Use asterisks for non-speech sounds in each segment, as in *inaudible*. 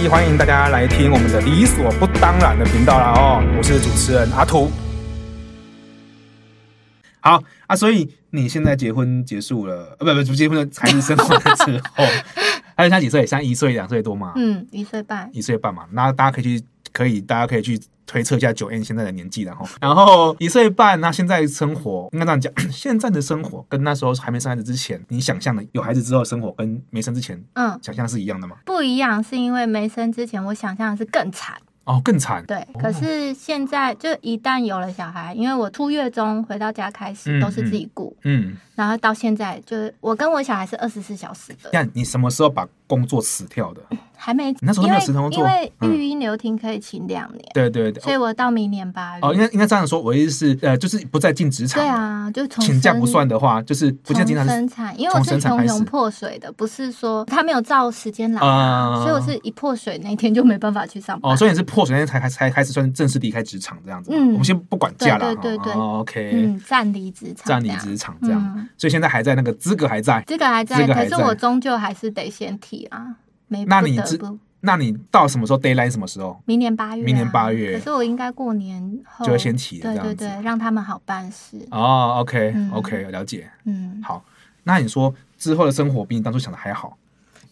集，欢迎大家来听我们的理所不当然的频道啦哦，我是主持人阿图。好啊，所以你现在结婚结束了，呃，不不，结婚了，才艺生活了之后，还有差几岁？像一岁、两岁多嘛，嗯，一岁半，一岁半嘛。那大家可以去，可以，大家可以去推测一下九 N 现在的年纪，然后，然后一岁半，那现在生活应该这样讲， *coughs* 现在的生活跟那时候还没生孩子之前，你想象的有孩子之后的生活跟没生之前嗯，想象是一样的吗？不一样，是因为没生之前我想象的是更惨，哦，更惨。对。可是现在就一旦有了小孩，因为我初月中回到家开嗯始都是自己顾，嗯，然后到现在就是我跟我小孩是二十四小时的，那你什么时候把工作辞掉的？还没那时候因没有为时间工因作为嗯育婴留停可以请两年，对对所对。以我到明年八月。哦，应该应该这样说，我的意思是，呃，就是不再进职场。对。啊，就从请假不生算的话，就是不从进职场是生产，因为我从生是产穷开始勇破水的，不是说他没有照时间来啊、啊所以我是一破水那一天就没办法去上班。哦，所以你是破水那天才开才开始算正式离开职场这样子嘛。嗯我们先不管假啦。对对对对哦，OK，嗯，暂离职场，暂离职，场这样，嗯，所以现在还在那个资格还在。这个还在，这个还可在是我终究还是得先提啊，没那不你得知不。那你到什么时候 d a y l i n e 什么时候？明年八月啊、明年八月可是我应该过年后就会先提了对这样对子对，让他们好办事。哦，OK 嗯 OK，了解。嗯，好，那你说之后的生活比你当初想的还好，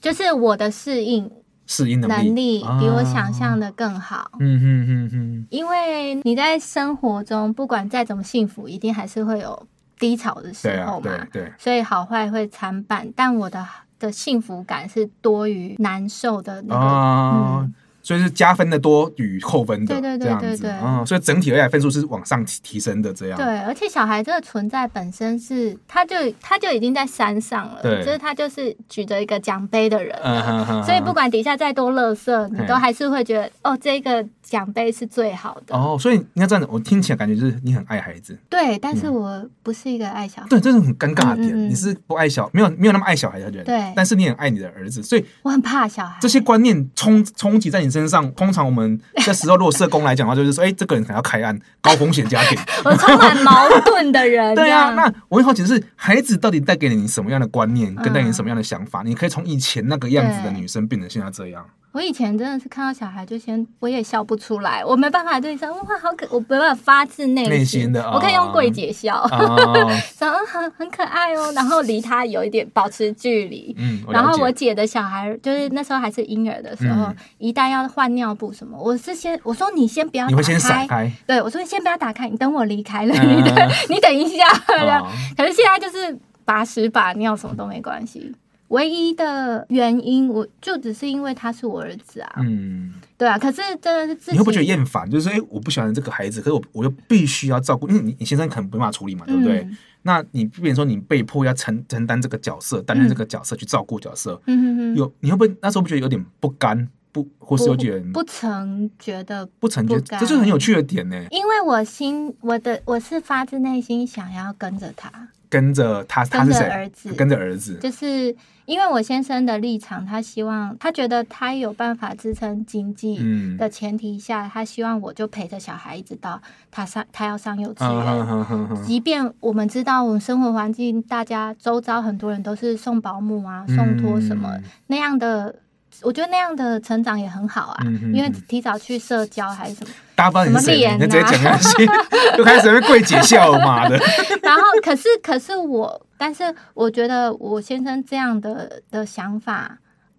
就是我的适应适应能力啊能力比我想象的。的更好。嗯哼哼哼，因为你在生活中，不管再怎么幸福，一定还是会有低潮的时对啊候，嘛，对对，所以好坏会参半。但我的的幸福感是多于难受的那个，啊嗯，所以是加分的多于扣分的，对对对这样子对对啊，所以整体而言分数是往上提提升的，这样。对。而且小孩这个存在本身是，他就他就已经在山上了，对就是他就是举着一个奖杯的人嗯了。哼哼，所以不管底下再多垃圾，你都嘿还是会觉得哦，这个奖杯是最好的。哦，所以你看这样子，我听起来感觉就是你很爱孩子，对，但是嗯我不是一个爱小孩，对，这是很尴尬的点。嗯嗯嗯你是不爱小，没有没有那么爱小孩的人，对但是你很爱你的儿子，所以我很怕小孩。这些观念冲冲击在你身上。通常我们这时候如果社工来讲的话，就是说，哎、这个人可能要开案，高风险 *laughs* 家庭。我充满矛盾的人。 *laughs* 对啊，这样那我很好奇的是，孩子到底带给你什么样的观念，跟带给你什么样的想法？你可以从以前那个样子的嗯对女生变成现在这样。我以前真的是看到小孩就先，我也笑不出来，我没办法对你说哇好可，我没办法发自内内心的我可以用哦柜姐 *laughs* 笑，哦，说嗯很很可爱哦，然后离他有一点保持距离。嗯，然后了我解姐的小孩就是那时候还是婴儿的时候，嗯一旦要换尿布什么，我是先我说你先不要你打会先闪开，开，对我说你先不要打开，你等我离开了，嗯你等 *laughs* 你等一下，哦可是现在就是把屎把尿什么都没关系，唯一的原因我就只是因为他是我儿子啊，嗯。对啊。可是真的是自己，你会不会觉得厌烦？就是哎、诶我不喜欢这个孩子，可是我我又必须要照顾，因为你你先生可能没办法处理嘛，对不对？嗯那你变成说你被迫要承承担这个角色，担任这个角色、去照顾角色，嗯哼哼，有你会不会那时候不觉得有点不甘不，或是有点不曾觉得，不成觉不得，甘这就是很有趣的点呢、因为我心我的我是发自内心想要跟着他，跟着他，他跟是着谁？儿子，跟着儿子，就是因为我先生的立场，他希望他觉得他有办法支撑经济。嗯，的前提下，他希望我就陪着小孩一直到他上他要上幼稚园，嗯哼哼哼即便我们知道我们生活环境，大家周遭很多人都是送保姆啊、送托什么、嗯那样的，我觉得那样的成长也很好啊，嗯哼因为哼提早去社交还是什么。大家不知道你是谁，什么脸你直接啊讲下去， *laughs* 就开始被柜姐笑妈的，然后，可是可是我，但是我觉得我先生这样的的想法，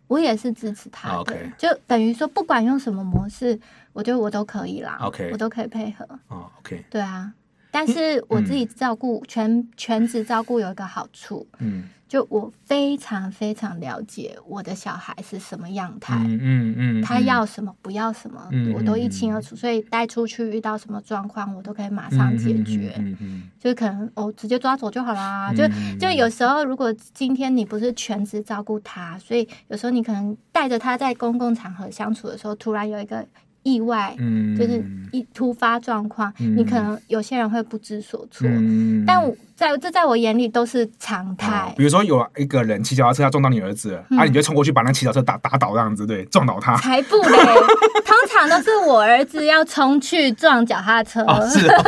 我也是支持他的啊 OK 就等于说不管用什么模式，我觉得我都可以啦 OK 嗯我都可以配合。哦，OK，对啊，但是我自己照顾、全全职照顾有一个好处，嗯就我非常非常了解我的小孩是什么样态，嗯嗯嗯，他嗯要什么不要什么，嗯我都一清二楚，所以带出去遇到什么状况，我都可以马上解决。嗯嗯嗯嗯就是可能我、哦、直接抓走就好啦，嗯就嗯就有时候如果今天你不是全职照顾他，所以有时候你可能带着他在公共场合相处的时候，突然有一个意外，嗯，就是一突发状况，你可嗯能有些人会不知所措。嗯哦但我在这在我眼里都是常态。比如说有一个人骑脚踏车，他撞到你儿子了，啊，你就冲过去把那骑脚车打打倒，这样子对，撞倒他。才不嘞！通常都是我儿子要冲去撞脚踏车，哦，是哦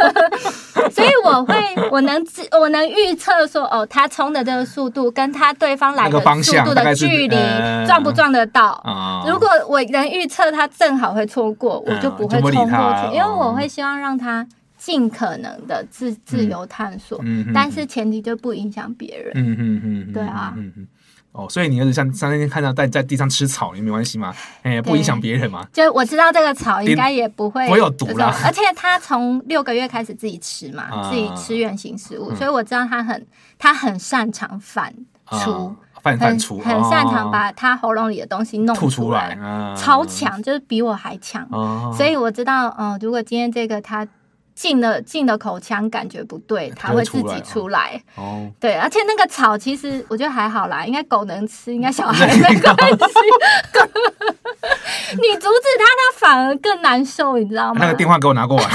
所以我会我能知我能预测说，哦，他冲的这个速度跟他对方来那的个方速向度大概的是距离呃撞不撞得到。啊，如果我能预测他正好会错过，我嗯就不会就不冲理过他去，因为我哦会希望让他尽可能的自自由探索，嗯嗯，嗯但是前提就不影响别人。嗯嗯嗯，嗯对啊嗯嗯。嗯哦，所以你儿子像上那天看到在在地上吃草，你没关系吗？哎，不影响别人嘛。就我知道这个草应该也不会不会有毒这啦种而且他从六个月开始自己吃嘛，啊嗯自己吃原形食物，所以我知道他很他很擅长反啊出，饭很饭出，很哦擅长把他喉咙里的东西弄吐出出来来，，啊超。强，就是比我还强。哦，所以我知道，嗯、如果今天这个他进了进了口腔，感觉不对，它他会会自出来己哦出来。哦，对，而且那个草其实我觉得还好啦，应该狗能吃，应该小孩没关系。你阻止他，他反而更难受，你知道吗？那个电话给我拿过 *laughs* 来，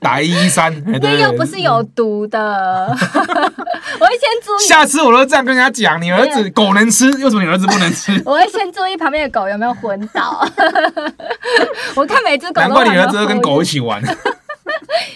打一一三。哎因对为又对不对，是有毒的， *laughs* 我会先注意，下次我都这样跟人家讲，你儿子狗能吃，为什么你儿子不能吃？我会先注意旁边的狗有没有昏倒。 *laughs* 我看每只狗都难怪你很儿子都跟活狗跃一起玩。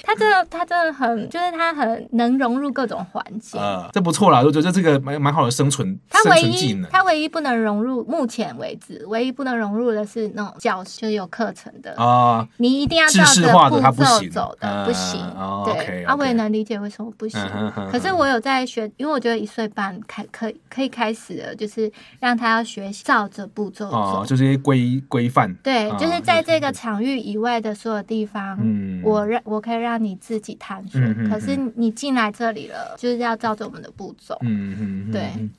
它真的，它真的很，就是它很能融入各种环境。呃，这不错啦，我觉得这个蛮蛮好的生存它生唯存技一能，。它唯一不能融入，目前为止唯一不能融入的是那种教室，就是有课程的，啊，你一定要照制式着化的步它不骤行走嗯的，不行哦。对， OK，啊，我也 OK 能理解为什么不行嗯哼哼。可是哼我有在学，因为我觉得一岁半开可以可以开始了，就是让他要学习照着步骤哦，走。就是一些规规范。对，哦就是在这个场域以外的所有地方，嗯我让我可以让你自己探索。嗯嗯嗯可是你进来这里了，就是要照着我们的步骤。嗯嗯，嗯对嗯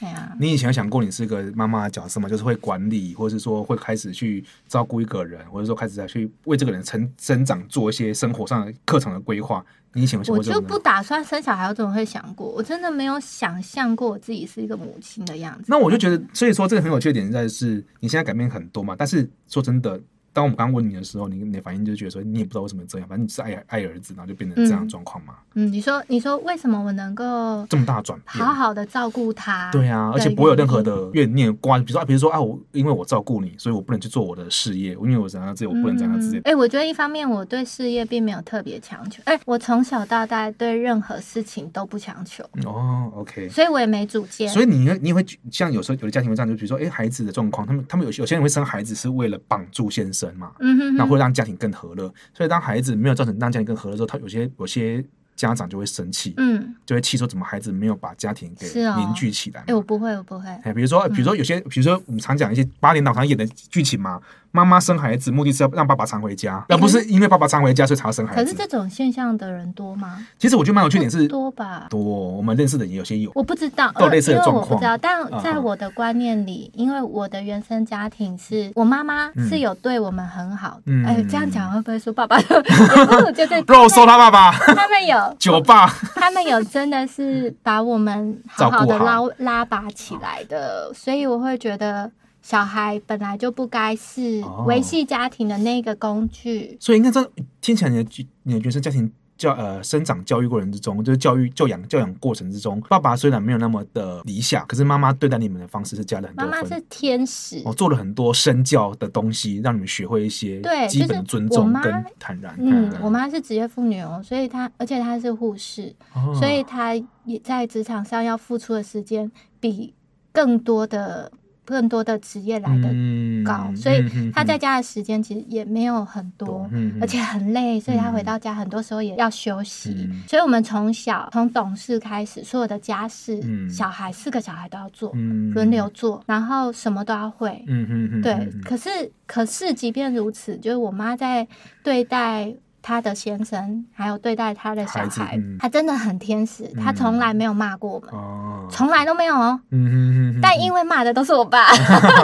对啊，你以前有想过你是个妈妈的角色吗？就是会管理，或者是说会开始去照顾一个人，或者说开始再去为这个人成生长做一些生活上的课程的规划。你以前有想我过这就种不吗？打算生小孩，我怎么会想过？我真的没有想象过我自己是一个母亲的样子。那我就觉得，所以说这个很有趣的点在于是，你现在改变很多嘛。但是说真的，当我们刚刚问你的时候，你你的反应就是觉得说，你也不知道为什么这样，反正你是爱爱儿子，然后就变成这样的状况嘛，嗯，你说，你说为什么我能够这么大的转变。好好的照顾他？对啊，而且不会有任何原因。的怨念挂，比如说啊，比如说啊，我因为我照顾你，所以我不能去做我的事业，因为我怎样这，我不能怎样之类哎、我觉得一方面我对事业并没有特别强求，哎、我从小到大对任何事情都不强求，的。哦，OK，所以我也没主见。所以你会你会像有时候有的家庭会这样，就比如说，哎、孩子的状况，他们他们有有些人会生孩子是为了绑住先生嘛，嗯哼那哼，会让家庭更和乐。所以当孩子没有造成让家庭更和乐之后，他有些有些家长就会生气，嗯，就会气说怎么孩子没有把家庭给是哦凝聚起来嘛。哎、我不会，我不会。哎，比如说，比如说有些，比如说我们常讲一些八点档常演的剧情嘛，妈妈生孩子目的是要让爸爸常回家，而不是因为爸爸常回家所以才要生孩可是子这。种现象的人多吗？其实我觉得蛮有趣的点不是，多吧？多我们认识的也有些有，我不知道，都有呃哦类似的因为状我不知道。况但嗯在嗯我的观念里，因为我的原生家庭是我妈妈是有对我们很好的。嗯哎、这样讲会不会说 *laughs* 爸爸？也不是我觉得肉搜他爸 *laughs* 爸，他们有酒吧，他们有真的是把我们好好的照顾拉好拉拔起来的，所以我会觉得小孩本来就不该是哦维系家庭的那个工具。所以应该这听起来你的你的原生家庭教呃生长教育过程之中，就是教育教养教养过程之中，爸爸虽然没有那么的理想，可是妈妈对待你们的方式是加了很妈多妈是分。天使，哦，做了很多身教的东西，让你们学会一些对基就是本的尊我重妈跟坦然。嗯，我妈是职业妇女哦，所以她而且她是护士，哦，所以她也在职场上要付出的时间比更多的更多的职业来的嗯高，所以嗯她在嗯家的时间其实也没有很多懂，嗯而且很累，所以他回嗯到家很多时候也要休息。嗯所以我们从小从懂事开始，所有的家事，嗯小孩四个小孩都要做，嗯轮流，做，然后什么都要会。嗯嗯嗯，对，嗯可是可是即便如此，就是我妈在对待。她的先生，还有对待她的小孩子孩嗯，她真的很天使，她从来没有骂过我们，哦，从来都没有哦。嗯嗯嗯，但因为骂的都是我 *laughs* 爸，为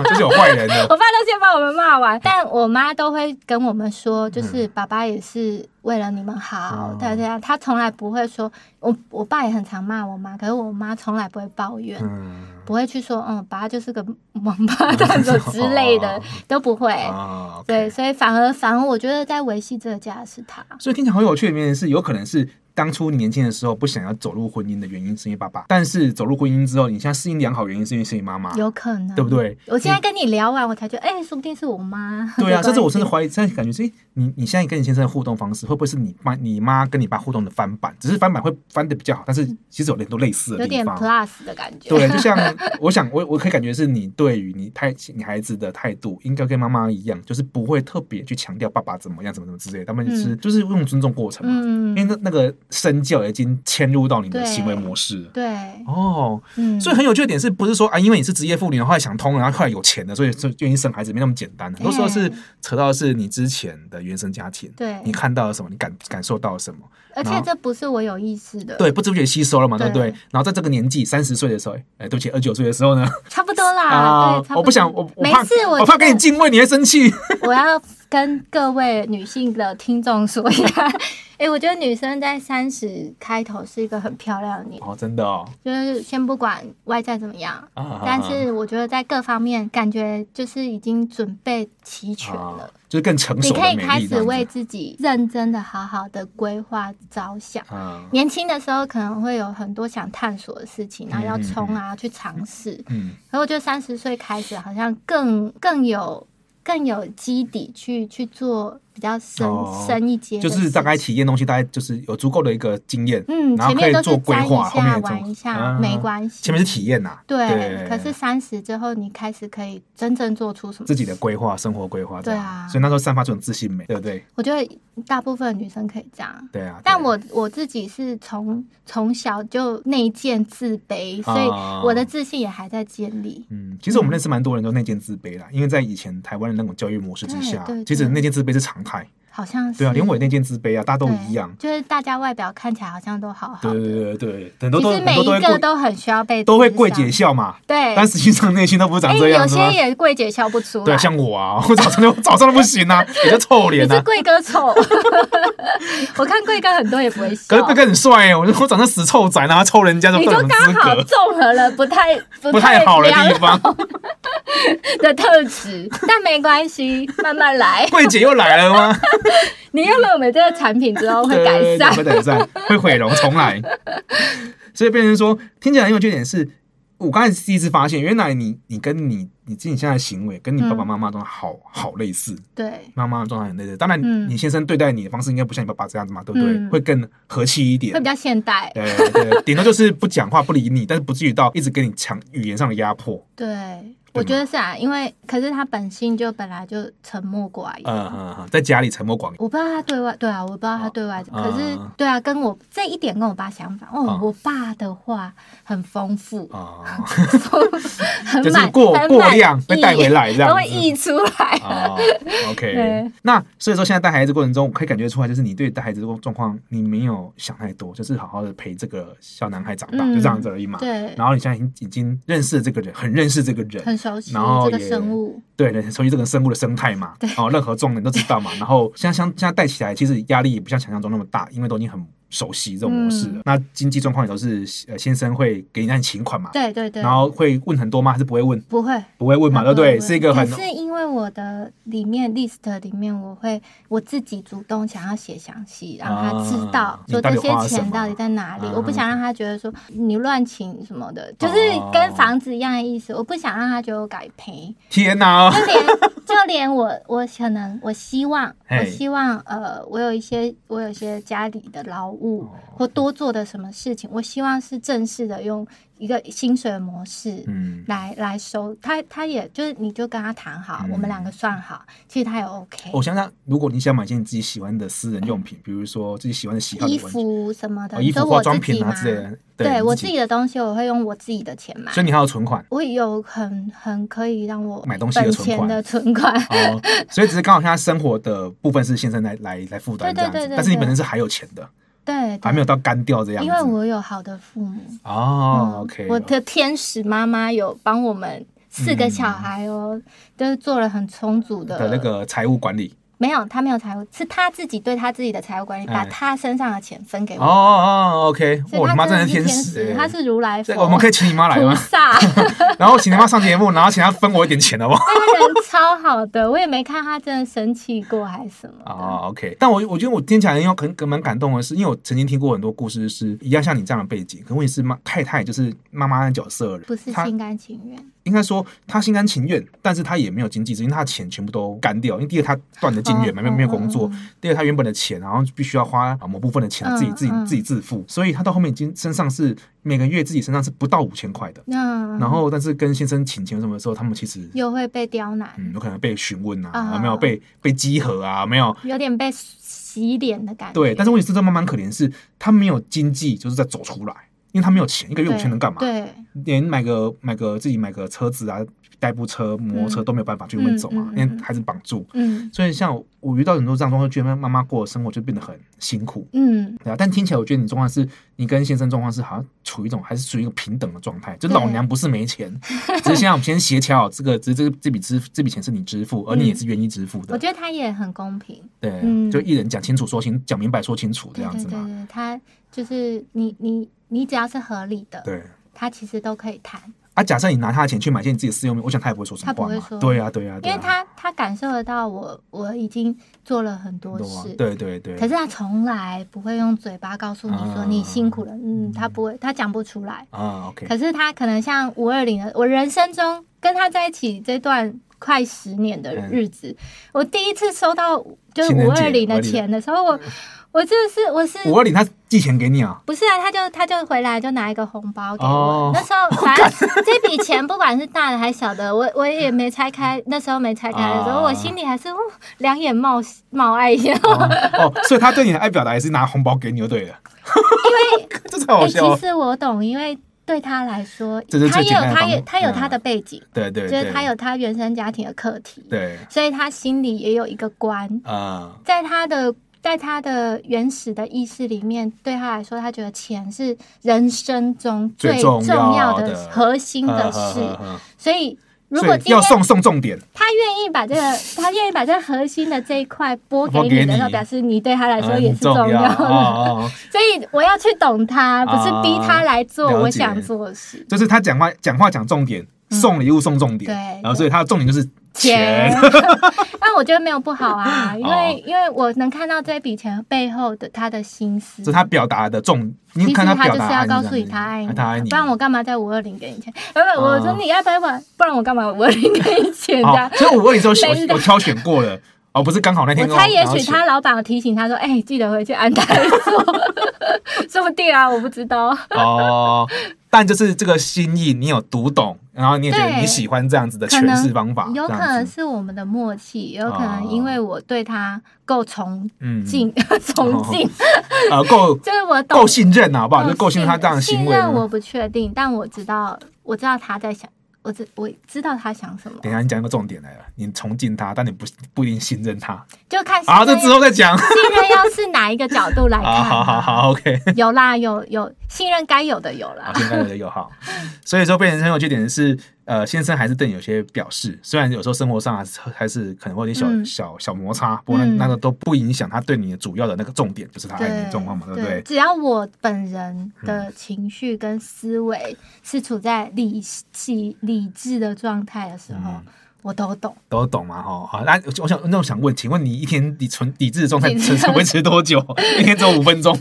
就是有坏人我的，爸都先把我们骂完，但我妈都会跟我们说，就是爸爸也是为了你们好嗯哦，对对啊，他从来不会说，我我爸也很常骂我妈，可是我妈从来不会抱怨，嗯不会去说，嗯，爸就是个王八蛋子 *laughs* 之类的哦，都不会。啊，对， OK，所以反而反而我觉得在维系这个家的是他，所以听起来好有趣的一面是，有可能是当初你年轻的时候不想要走入婚姻的原因是因为爸爸，但是走入婚姻之后，你现在适应良好，原因是因为是因为妈妈，有可能，啊对不？对？我现在跟你聊完，我才觉得，哎、说不定是我妈。对啊，这甚至我甚至怀疑，现在感觉是，诶你你现在跟你先生的互动方式，会不会是你妈你妈跟你爸互动的翻版？只是翻版会翻的比较好，但是其实有很多类似有的地 *laughs* 点方。 plus 的感觉。对，就像我想，我我可以感觉是你对于你太你孩子的态度，应该跟妈妈一样，就是不会特别去强调爸爸怎么样，怎么怎么之类的。他们就是、就是用尊重过程嘛，因嗯为，那那个身教已经嵌入到你的对行为模式了。对，哦，嗯，所以很有趣的点是不是说啊，因为你是职业妇女，然后后来想通了，然后后来有钱了，所以就愿意生孩子，没那么简单。很多时候是对扯到的是你之前的原生家庭，对你看到了什么，你感感受到了什么，而然且后这不是我有意识的，，对，不知不觉吸收了嘛，对不对对？然后在这个年纪，三十岁的时候，哎，对不起，二九岁的时候呢，差不多啦，对，差多啊我不想，我我没怕事，我我怕觉跟得你敬畏，你会生气。我要跟各位女性的听众说一下， *laughs* 哎、我觉得女生在三十开头是一个很漂亮的年纪，哦，真的哦，就是先不管外在怎么样，啊但是我觉得在各方面感觉就是已经准备齐全啊了，，就是更成你熟的可美以丽这开始样子为自己认真的、好好的规划着想。啊，年轻的时候可能会有很多想探索的事情，然后要冲啊，去尝试。嗯，然后我觉得三十岁开始好像更更有更有基底去去做比较深、哦深一阶的就事情，是大概体验东西，大概就是有足够的一个经验，嗯，然后可前面以都做是规沾一划，后面下有玩一下、啊没关系，前面是体验呐，对。对可是三十之后，你开始可以真正做出什么自己的事规划、生活规划这样，对啊所以那时候散发这种自信美，对不对？我觉得大部分女生可以这样。对啊，但对我我自己是从从小就内建自卑，所以啊我的自信也还在建立。嗯，其实我们认识蛮多人都内建自卑啦，因为在以前台湾的那种教育模式之下对对，其实对内建自卑是常态，好像是对啊，连我也内建自卑啊，大家都对一样，就是大家外表看起来好像都好好对对的，对对，很多其都实很每多一都会个跪都很需要被都会智跪商姐笑嘛，对，哎但实际上内心都不是长这有样子吗些？也柜姐笑不出来，对，像我啊，我早上就早上都不行啊，我就臭你脸是啊。贵哥丑， *laughs* 我看贵哥很多也不会笑可是，哥哥很帅耶，我就我长得死臭仔，然后臭人家就你不就能刚资好格，综合了不太不不太好的良地方。的特质，但没关系，慢慢来。柜姐又来了吗？你用了我们这个产品之后会改对对对善会，改善，会毁容，重来。所以变成说，听起来很有缺点是，我刚才第一次发现，原来你你跟你你自己现在的行为，跟你爸爸嗯妈妈都好、好类似，对妈妈的状态很类似。当然，嗯你先生对待你的方式应该不像你爸爸这样子嘛，对不对？嗯会更和气一会点比。较现代，对对，顶多就是不讲话、不理你，但是不至于到一直给你强语言上的压迫。对。我觉得是啊，因为可是他本性就本来就沉默寡言，嗯嗯嗯，在家里沉默寡言。我不知道他对外，对啊，我不知道他对外，啊可是啊对啊，跟我这一点跟我爸相反。哦，啊我爸的话很丰富， *laughs* 哦，很就是满，过很过满量会带意回来这样都会子溢出来。哦，OK *laughs* 对。那所以说，现在带孩子过程中，我可以感觉出来，就是你对带孩子的状况，你没有想太多，就是好好的陪这个小男孩长大，嗯就这样子而已嘛。对，然后你现在已经已经认识这个人，很认识这个人，很熟悉然后这个也生物，对，熟悉这个生物的生态嘛，哦，任何状况你都知 *laughs* 道嘛。然后现在像现在带起来，其实压力也不像想象中那么大，因为都已经很熟悉这种模式嗯了。那经济状况也都是呃先生会给你让你请款嘛，对对对，然后会问很多吗？还是不会问？不会。不会问嘛，对不对？会是一个可很嗯是因为我的里面 list 里面，我会我自己主动想要写详细，让他知道啊说你到这底些花了什钱么到底在哪里。嗯我不想让他觉得说你乱请什么的，就是哦跟房子一样的意思。我不想让他觉得我改赔，天哪、啊就连就连我我可能我希望嘿我希望呃我有一些我有一些家里的劳哦务或多做的什么事情，我希望是正式的用一个薪水的模式，嗯，来来收他，他也就是你就跟他谈好，嗯我们两个算好，其实他也 OK，、哦我想想，如果你想买一件你自己喜欢的私人用品，比如说自己喜欢的喜好的衣玩具、服什么的，哦、你衣说服、我化自妆己品啊吗之类的，对我自己，己的东西，我会用我自己的钱买。所以你还有存款我有很很可以让我买东西的本存钱款的存款， *laughs* 哦，所以只是刚好现在生活的部分是先生来来来负担这对样对子，对对但是你对本身是还有钱的，对，对还没有到干掉这样子。因为我有好的父母。哦嗯，OK，我的天使妈妈有帮嗯我们四个小孩哦，就是做了很充足的的那个财务管理没有，他没有财务，是他自己对他自己的财务管理，哎把他身上的钱分给哦我。哦，OK，所以我他妈真的真的是是天天使使，欸，他是如来佛，这个我们可以请你妈来菩吗？ *laughs* 萨，然后请你妈上节目，然后请她分我一点钱好不好？他人超好的，我也没看他真的生气过还是什么的。啊、o k 但我我觉得我听起来很有很蛮感动的是，因为我曾经听过很多故事是一样像你这样的背景，可问题是妈太太就是妈妈的角色了，不是她心甘情愿，应该说她心甘情愿，但是她也没有经济资源，因为她的钱全部都干掉，因为第一个她断了金源嘛，没有没有工作，嗯，嗯嗯第二她原本的钱，然后必须要花啊某部分的钱嗯自己自己嗯自己自付，所以她到后面已经身上是每个月自己身上是不到五千块的，那然后但是跟先生请钱什么的时候，他们其实。又会被刁难，嗯，有可能被询问啊，啊有没有被被稽核啊，有没有有点被洗脸的感觉。对，但是问题是这妈妈很可怜，是她没有经济，就是在走出来，因为她没有钱，一个月对五千能干嘛？对，连买个买个自己买个车子啊，代步车、摩托车都没有办法去外面走啊嗯嗯，嗯嗯连孩子绑住。嗯所以像我我遇到很多这样的状况，觉得妈妈过的生活就变得很辛苦，嗯，对啊。但听起来我觉得你状况是，你跟先生状况是好像处于一种还是处于一个平等的状态，就对老娘不是没钱， *laughs* 只是现在我们先协调，这个只是这个这笔支这笔钱是你支付，而你也是愿意支付嗯我的，觉得他也很公平。对，啊嗯就一人讲清楚说清讲明白说清楚这对样对子对嘛，对，他就是你你你只要是合理的，对。他其实都可以谈，啊，假设你拿他的钱去买件你自己的私用品，我想他也不会说什么他不话会嘛。说对啊，对啊，对因啊为他他感受得到我我已经做了很多对啊事，对对对。可是他从来不会用嘴巴告诉你说你辛苦了，嗯，他不会，他讲不出来。啊，OK，可是他可能像五二零的，我人生中跟他在一起这段快十年的日子，我第一次收到就是情人五节二零的520钱的时候，我我真的是我是五二零他寄钱给你啊，不是啊？他就他就回来就拿一个红包给我，哦那时 *laughs* 候反正这笔钱不管是大的还是小的，我我也没拆开，那时候没拆开的时候，啊我心里还是哦两眼冒冒爱一样。哦，哦所以他对你的爱表达也是拿红包给你就对了，因为这才好哎、笑其啊。实我懂，因为对他来说，这是他最也简单有的他也方他有嗯他的背景，对对，就是对他有他原生家庭的课题，对所以他心里也有一个关，啊在他的。在他的原始的意识里面，对他来说，他觉得钱是人生中最最重重要要的的核心的呵呵呵事。呵所以，如所果以今要天送送重点，他愿意把这个，他愿意把这个核心的这一块拨给拨给你的时候，你表示你对他来说也嗯是重要要的。哦哦哦所以我要去懂他，不是逼他来做啊了解我想做的事。就是他讲话讲话讲重点，送礼物送重点，对然后所以他的重点就是钱 *laughs* 钱，但我觉得没有不好啊，因为、哦因为我能看到这笔钱背后的他的心思这是。他表达的重，其你实看他表就是达的要爱告是诉这你样他爱子你，他爱你，不然我干嘛在五二零给你钱？不是，我说哦你要不要管，不然我干嘛五二零给你钱 *laughs* 这好样，？哦所以我也说 *laughs* 每日我的我挑选过了，哦，不是刚好那我天跟猜也然后许写他老板有提醒他说：“哎、记得回去安排做， *laughs* 说不定啊，我不知道。哦，但就是这个心意你有读懂，然后你也觉得对你喜欢这样子的可诠能释方法，有这可样能子是我们的默契，也有可能哦因为我对他够崇嗯敬、 *laughs* 崇敬，呃够就是我懂够信任啊，好不好？嗯就够信任他这样的行为信。任我不确定，但我知道，我知道他在想，我知我知道他想什么，等一下，你讲一个重点来了，你崇敬他，但你不不一定信任他就看信啊，任这之后再讲信任要是哪一个角度来 *laughs* 看、啊，好好，好，OK。有啦，有有信任该有的有好，啦，现在的友好，所以说被人很有缺点的是，呃，先生还是对你有些表示，虽然有时候生活上还是还是可能会有点小、嗯小小摩擦，不过那嗯那个都不影响他对你的主要的那个重点，就是他啊爱你的对状况嘛，对不对？嗯只要我本人的情绪跟思维是处在理理理智的状态的时候，嗯我都懂。都懂嘛，哈好，那我想那我想问，请问你一天你存理智的状态理智持维持多久？一天只有五分钟，